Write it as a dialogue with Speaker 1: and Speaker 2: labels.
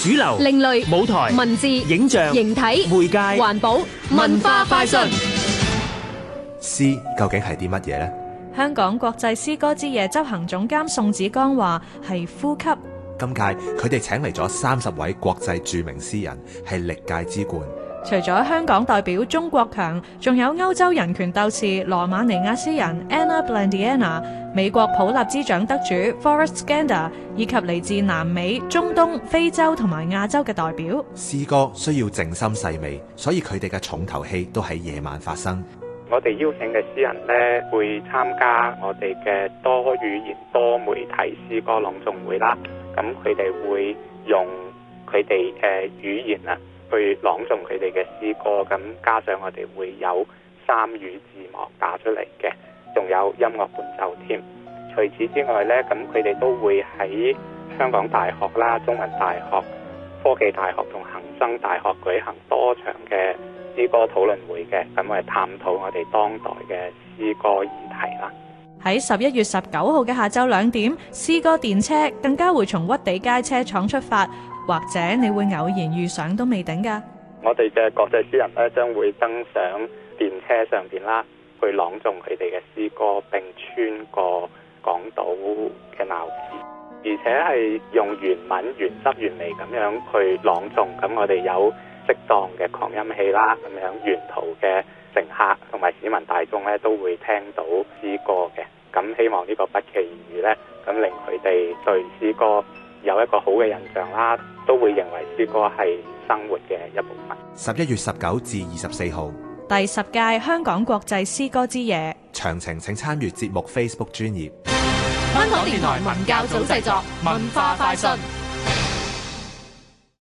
Speaker 1: 主流、
Speaker 2: 另類
Speaker 1: 舞台、
Speaker 2: 文字、
Speaker 1: 影像、
Speaker 2: 形體、
Speaker 1: 媒介、
Speaker 2: 環保、文化快訊。
Speaker 3: 詩究竟係啲乜嘢呢？
Speaker 4: 香港國際詩歌之夜執行總監宋子剛話：係呼吸。
Speaker 3: 今屆佢哋請嚟咗三十位國際著名詩人，係歷屆之冠。
Speaker 4: 除咗香港代表鍾國強，仲有歐洲人權鬥士羅馬尼亞詩人 Anna Blandiana、美國普立茲獎得主 Forrest Gander，以及嚟自南美、中東、非洲同埋亞洲嘅代表。
Speaker 3: 詩歌需要靜心細味，所以佢哋嘅重頭戲都喺夜晚發生。
Speaker 5: 我哋邀請嘅詩人呢，會參加我哋嘅多語言多媒體詩歌朗誦會啦。咁佢哋會用佢哋誒語言啊，去朗誦佢哋嘅詩歌。咁加上我哋會有三語字幕打出嚟嘅，仲有音樂伴奏添。除此之外呢，咁佢哋都會喺香港大學啦、中文大學、科技大學同恒生大學舉行多場嘅詩歌討論會嘅，咁我哋探討我哋當代嘅詩歌議題啦。
Speaker 4: 喺十一月十九號嘅下晝兩點，詩歌電車更加會從屈地街車廠出發，或者你會偶然遇上都未定㗎。
Speaker 5: 我哋嘅國際詩人咧，將會登上電車上邊啦，去朗誦佢哋嘅詩歌，並穿過港島嘅鬧市，而且係用原文原汁原味咁樣去朗誦。咁我哋有適當嘅擴音器啦，咁樣沿途嘅乘客同埋市民大眾咧都會聽到詩歌嘅。咁希望呢個不期而遇咧，咁令佢哋對詩歌有一個好嘅印象啦，都會認為詩歌係生活嘅一部分。
Speaker 3: 十一月十九至二十四號，
Speaker 4: 第十屆香港國際詩歌之夜。
Speaker 3: 詳情請參閱節目 Facebook 專頁。
Speaker 2: 香港電台文教組製作，文化快訊。